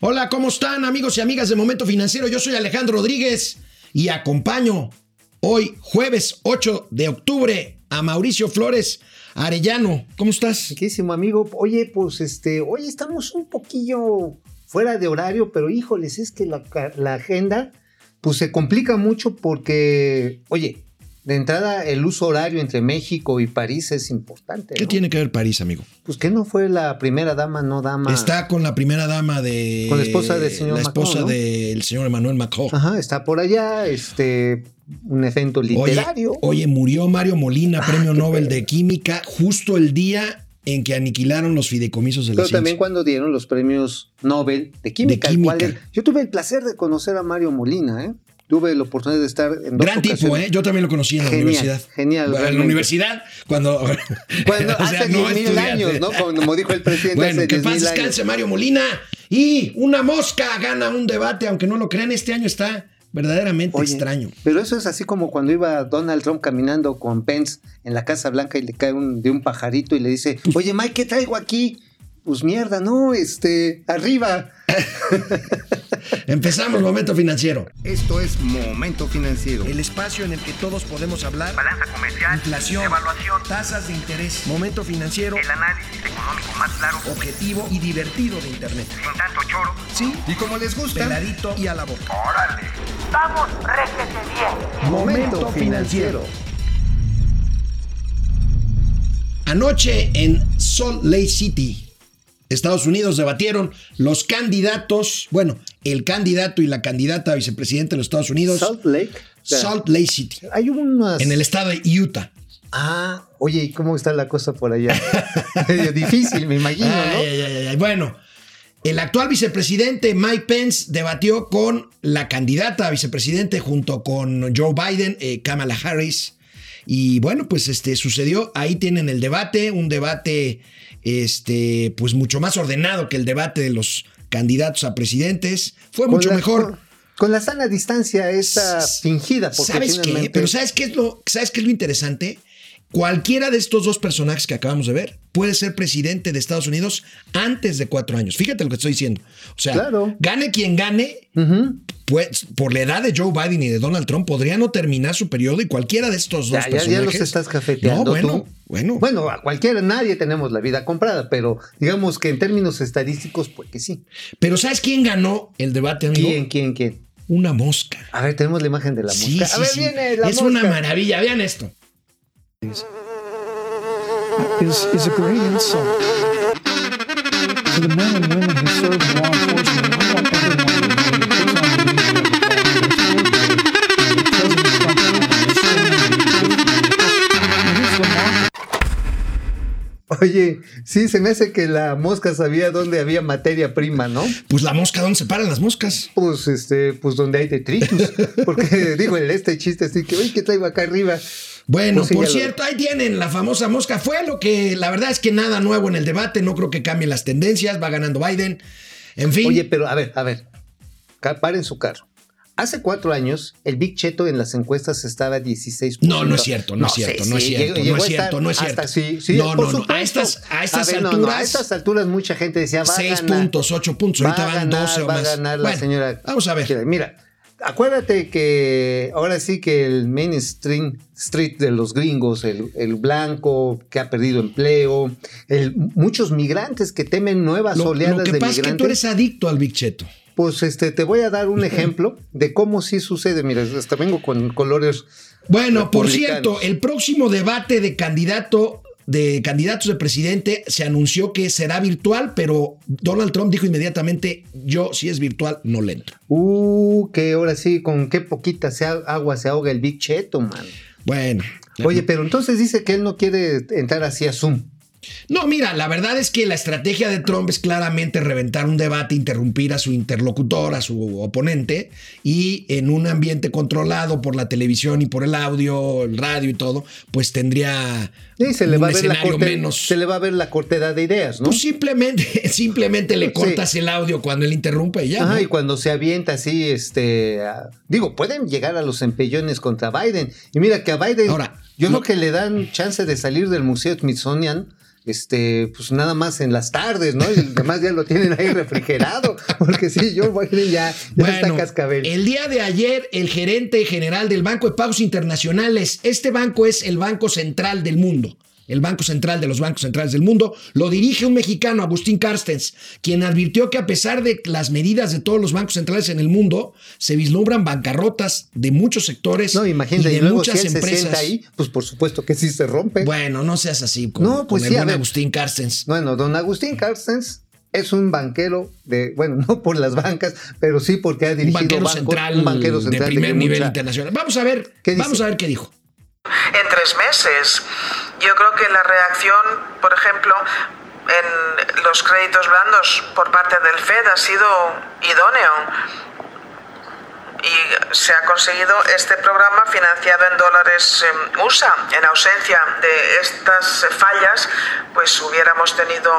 Hola, ¿cómo están amigos y amigas de Momento Financiero? Yo soy Alejandro Rodríguez y acompaño hoy, jueves 8 de octubre, a Mauricio Flores Arellano. ¿Cómo estás? Riquísimo, amigo. Oye, pues este, hoy estamos un poquillo fuera de horario, pero híjoles, es que la, la agenda pues se complica mucho porque, oye, de entrada el uso horario entre México y París es importante. ¿Qué ¿no? tiene que ver París, amigo? Pues que no fue la primera dama, no dama. Está con la primera dama de... Con la esposa del señor La esposa Macron, ¿no? Ah, del señor Emmanuel Macron. Ajá, está por allá, este, un evento Oye, literario. Ah, oye, murió Mario Molina, premio qué Nobel pena. de Química, justo el día en que aniquilaron los fideicomisos de la Pero también ciencia. cuando dieron los premios Nobel de Química. De el cual química. él- yo tuve el placer de conocer a Mario Molina, ¿eh? Tuve la oportunidad de estar en dos Gran tipo, ocasiones. ¿eh? Yo también lo conocí en la Genial, universidad. genial, En la realmente. universidad, cuando. Cuando, o sea, hace no 10.000 estudiante. años, ¿no? Como dijo el presidente Bueno, hace que 10.000 paz años. descanse Mario Molina. Y una mosca gana un debate, aunque no lo crean, este año está verdaderamente Oye, extraño. Pero eso es así como cuando iba Donald Trump caminando con Pence en la Casa Blanca y le cae un, de un pajarito y le dice, oye Mike, ¿qué traigo aquí? Pues mierda, no, este, arriba. Empezamos Momento Financiero. Esto es Momento Financiero. El espacio en el que todos podemos hablar. balanza comercial, Inflación, evaluación, tasas de interés, momento financiero, el análisis económico más claro, objetivo y divertido de Internet. sin tanto choro. Oh. Sí, Y como les gusta, peladito y a la boca. ¡Órale! ¡Vamos, réjete bien! Momento financiero. Anoche en Salt Lake City, Estados Unidos, debatieron los candidatos, bueno, el candidato y la candidata a vicepresidente de los Estados Unidos, Salt Lake. o sea, Salt Lake City, Hay unas... en el estado de Utah. Ah, oye, ¿y cómo está la cosa por allá? Medio difícil, me imagino, ¿no? Ay, ay, ay, ay, ay. Bueno, el actual vicepresidente Mike Pence debatió con la candidata a vicepresidente junto con Joe Biden, eh, Kamala Harris. Y bueno, pues este sucedió, ahí tienen el debate, un debate este pues mucho más ordenado que el debate de los candidatos a presidentes. Fue Con mucho la- mejor. Con, con la sana distancia esa S- fingida, porque ¿Sabes qué? finalmente- Pero ¿sabes qué es lo sabes qué es lo interesante? Cualquiera de estos dos personajes que acabamos de ver puede ser presidente de Estados Unidos antes de cuatro años. Fíjate lo que estoy diciendo. O sea, Claro. Mm. gane quien gane, Ujú. pues por la edad de Joe Biden y de Donald Trump podría no terminar su periodo y cualquiera de estos dos Ya, ya, personajes. ya los estás cafeteando. No, bueno, tú. bueno. Bueno, a cualquiera, nadie tenemos la vida comprada, pero digamos que en términos estadísticos, pues que sí. Pero ¿sabes quién ganó el debate, amigo? ¿Quién, quién, quién? Una mosca. A ver, tenemos la imagen de la Sí, mosca. sí, a ver, sí. viene la es mosca. una maravilla. Vean esto. is, is a great insult to the men and women who serve in law enforcement. I want everyone to know that it's unbelievable that the President Trump is so unbelievable. And here's what happened. Oye, sí, se me hace que la mosca sabía dónde había materia prima, ¿no? Pues la mosca, ¿dónde se paran las moscas? Pues, este, pues donde hay detritus. Porque digo, el este chiste así que, oye, ¿qué traigo acá arriba? Bueno, Pues sí, por ya lo- cierto, ahí tienen la famosa mosca. Fue lo que, la verdad es que nada nuevo en el debate. No creo que cambien las tendencias. Va ganando Biden. En fin, Oye, pero a ver, a ver, ca- paren su carro. Hace cuatro años, el Big Cheto en las encuestas estaba 16%. No, no es cierto, no es cierto, no es cierto, no es a estar cierto, no es hasta cierto. sí, sí, No, no, por no, a supuesto. estas- a estas no, no, alturas- a estas alturas mucha gente decía, va seis a ganar. puntos, ocho puntos. va Ahorita a van ganar, 12 o va más. a ganar Bueno, la señora. vamos a ver. Mira, Mira, acuérdate que ahora sí que el mainstream street de los gringos, el, el blanco que ha perdido empleo, el, muchos migrantes que temen nuevas lo, oleadas lo que de pasa es que migrantes. tú eres adicto al Big Cheto. Pues este, te voy a dar un ejemplo de cómo sí sucede. Mira, hasta vengo con colores. Bueno, por republicanos. cierto, el próximo debate de candidato de candidatos de presidente se anunció que será virtual, pero Donald Trump dijo inmediatamente, yo si es virtual no le entro. Uh, que ahora sí, con qué poquita se a- agua se ahoga el Big Cheto, man. Bueno. Oye, pero entonces dice que él no quiere entrar así a Zoom. No, mira, la verdad es que la estrategia de Trump es claramente reventar un debate, interrumpir a su interlocutor, a su oponente, y en un ambiente controlado por la televisión y por el audio, el radio y todo, pues tendría Y se le, un va a ver la escenario corte- menos. se le va a ver la cortedad de ideas, ¿no? Pues simplemente, simplemente le Sí. cortas el audio cuando él interrumpe y ya. Ajá, ¿no? y cuando se avienta así, este. a- digo, pueden llegar a los empellones contra Biden. Y mira que a Biden. Ahora, yo lo- creo que le dan chance de salir del Museo Smithsonian este, pues nada más en las tardes, ¿no? Y demás ya lo tienen ahí refrigerado, porque sí, yo Biden ya, ya está Bueno, cascabel. el día de ayer, el gerente general del Banco de Pagos Internacionales, este banco es el banco central del mundo, el banco central de los bancos centrales del mundo, lo dirige un mexicano, Agustín Carstens, quien advirtió que a pesar de las medidas de todos los bancos centrales en el mundo, se vislumbran bancarrotas de muchos sectores No, imagínate, y y, de luego si muchas él se empresas. sienta ahí, pues por supuesto que sí se rompe. Bueno, Bueno, no seas así con, No, pues con el sí, a buen ver. Agustín Carstens. don Agustín Carstens es un banquero de, bueno, no por las bancas, pero sí porque ha Un dirigido banquero, bancos, central un banquero central de primer que nivel mucha- internacional. Vamos a ver, ¿Qué dice? vamos a ver qué dijo. en tres meses. Yo creo que la reacción, por ejemplo, en los créditos blandos por parte del Fed ha sido idóneo y se ha conseguido este programa financiado en dólares eh, USA. En ausencia de estas eh, fallas, pues hubiéramos tenido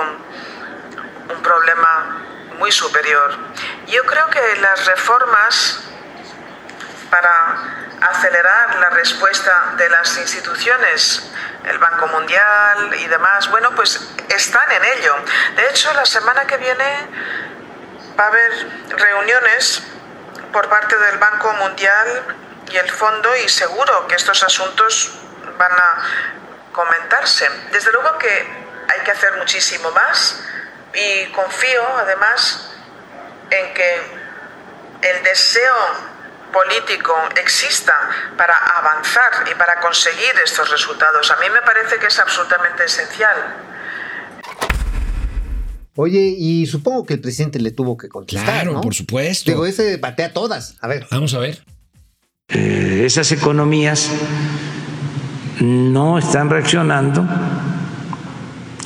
un problema muy superior. Yo creo que las reformas para acelerar la respuesta de las instituciones, el Banco Mundial y demás, bueno, pues están en ello. De hecho, la semana que viene va a haber reuniones por parte del Banco Mundial y el Fondo y seguro que estos asuntos van a comentarse. Desde luego que hay que hacer muchísimo más y confío además en que el deseo político exista para avanzar y para conseguir estos resultados. A mí me parece que es absolutamente esencial. Oye, y supongo que el presidente le tuvo que contestar, Claro, ¿no? por supuesto. Digo, ese batea todas. A ver, Vamos a ver. eh, esas economías no están reaccionando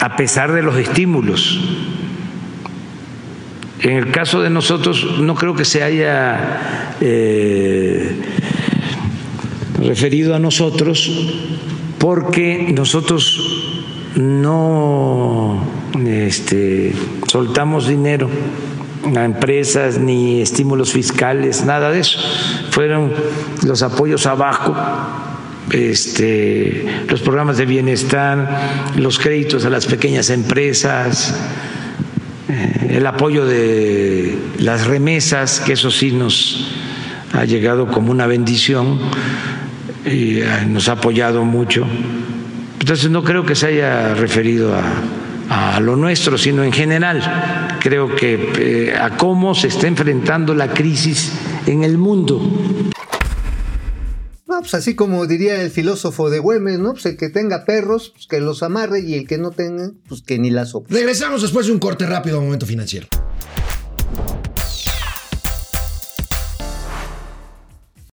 a pesar de los estímulos. En el caso de nosotros no creo que se haya eh, referido a nosotros porque nosotros no este, soltamos dinero a empresas ni estímulos fiscales, nada de eso. Fueron los apoyos abajo, este, los programas de bienestar, los créditos a las pequeñas empresas, eh, el apoyo de las remesas, que eso sí nos ha llegado como una bendición y eh, nos ha apoyado mucho. Entonces no creo que se haya referido a, a lo nuestro, sino en general. Creo que eh, a cómo se está enfrentando la crisis en el mundo. no, pues así como diría el filósofo de Güemes, ¿no? Pues el que tenga perros, pues que los amarre y el que no tenga, pues que ni la sopa. Regresamos después de un corte rápido a Momento Financiero.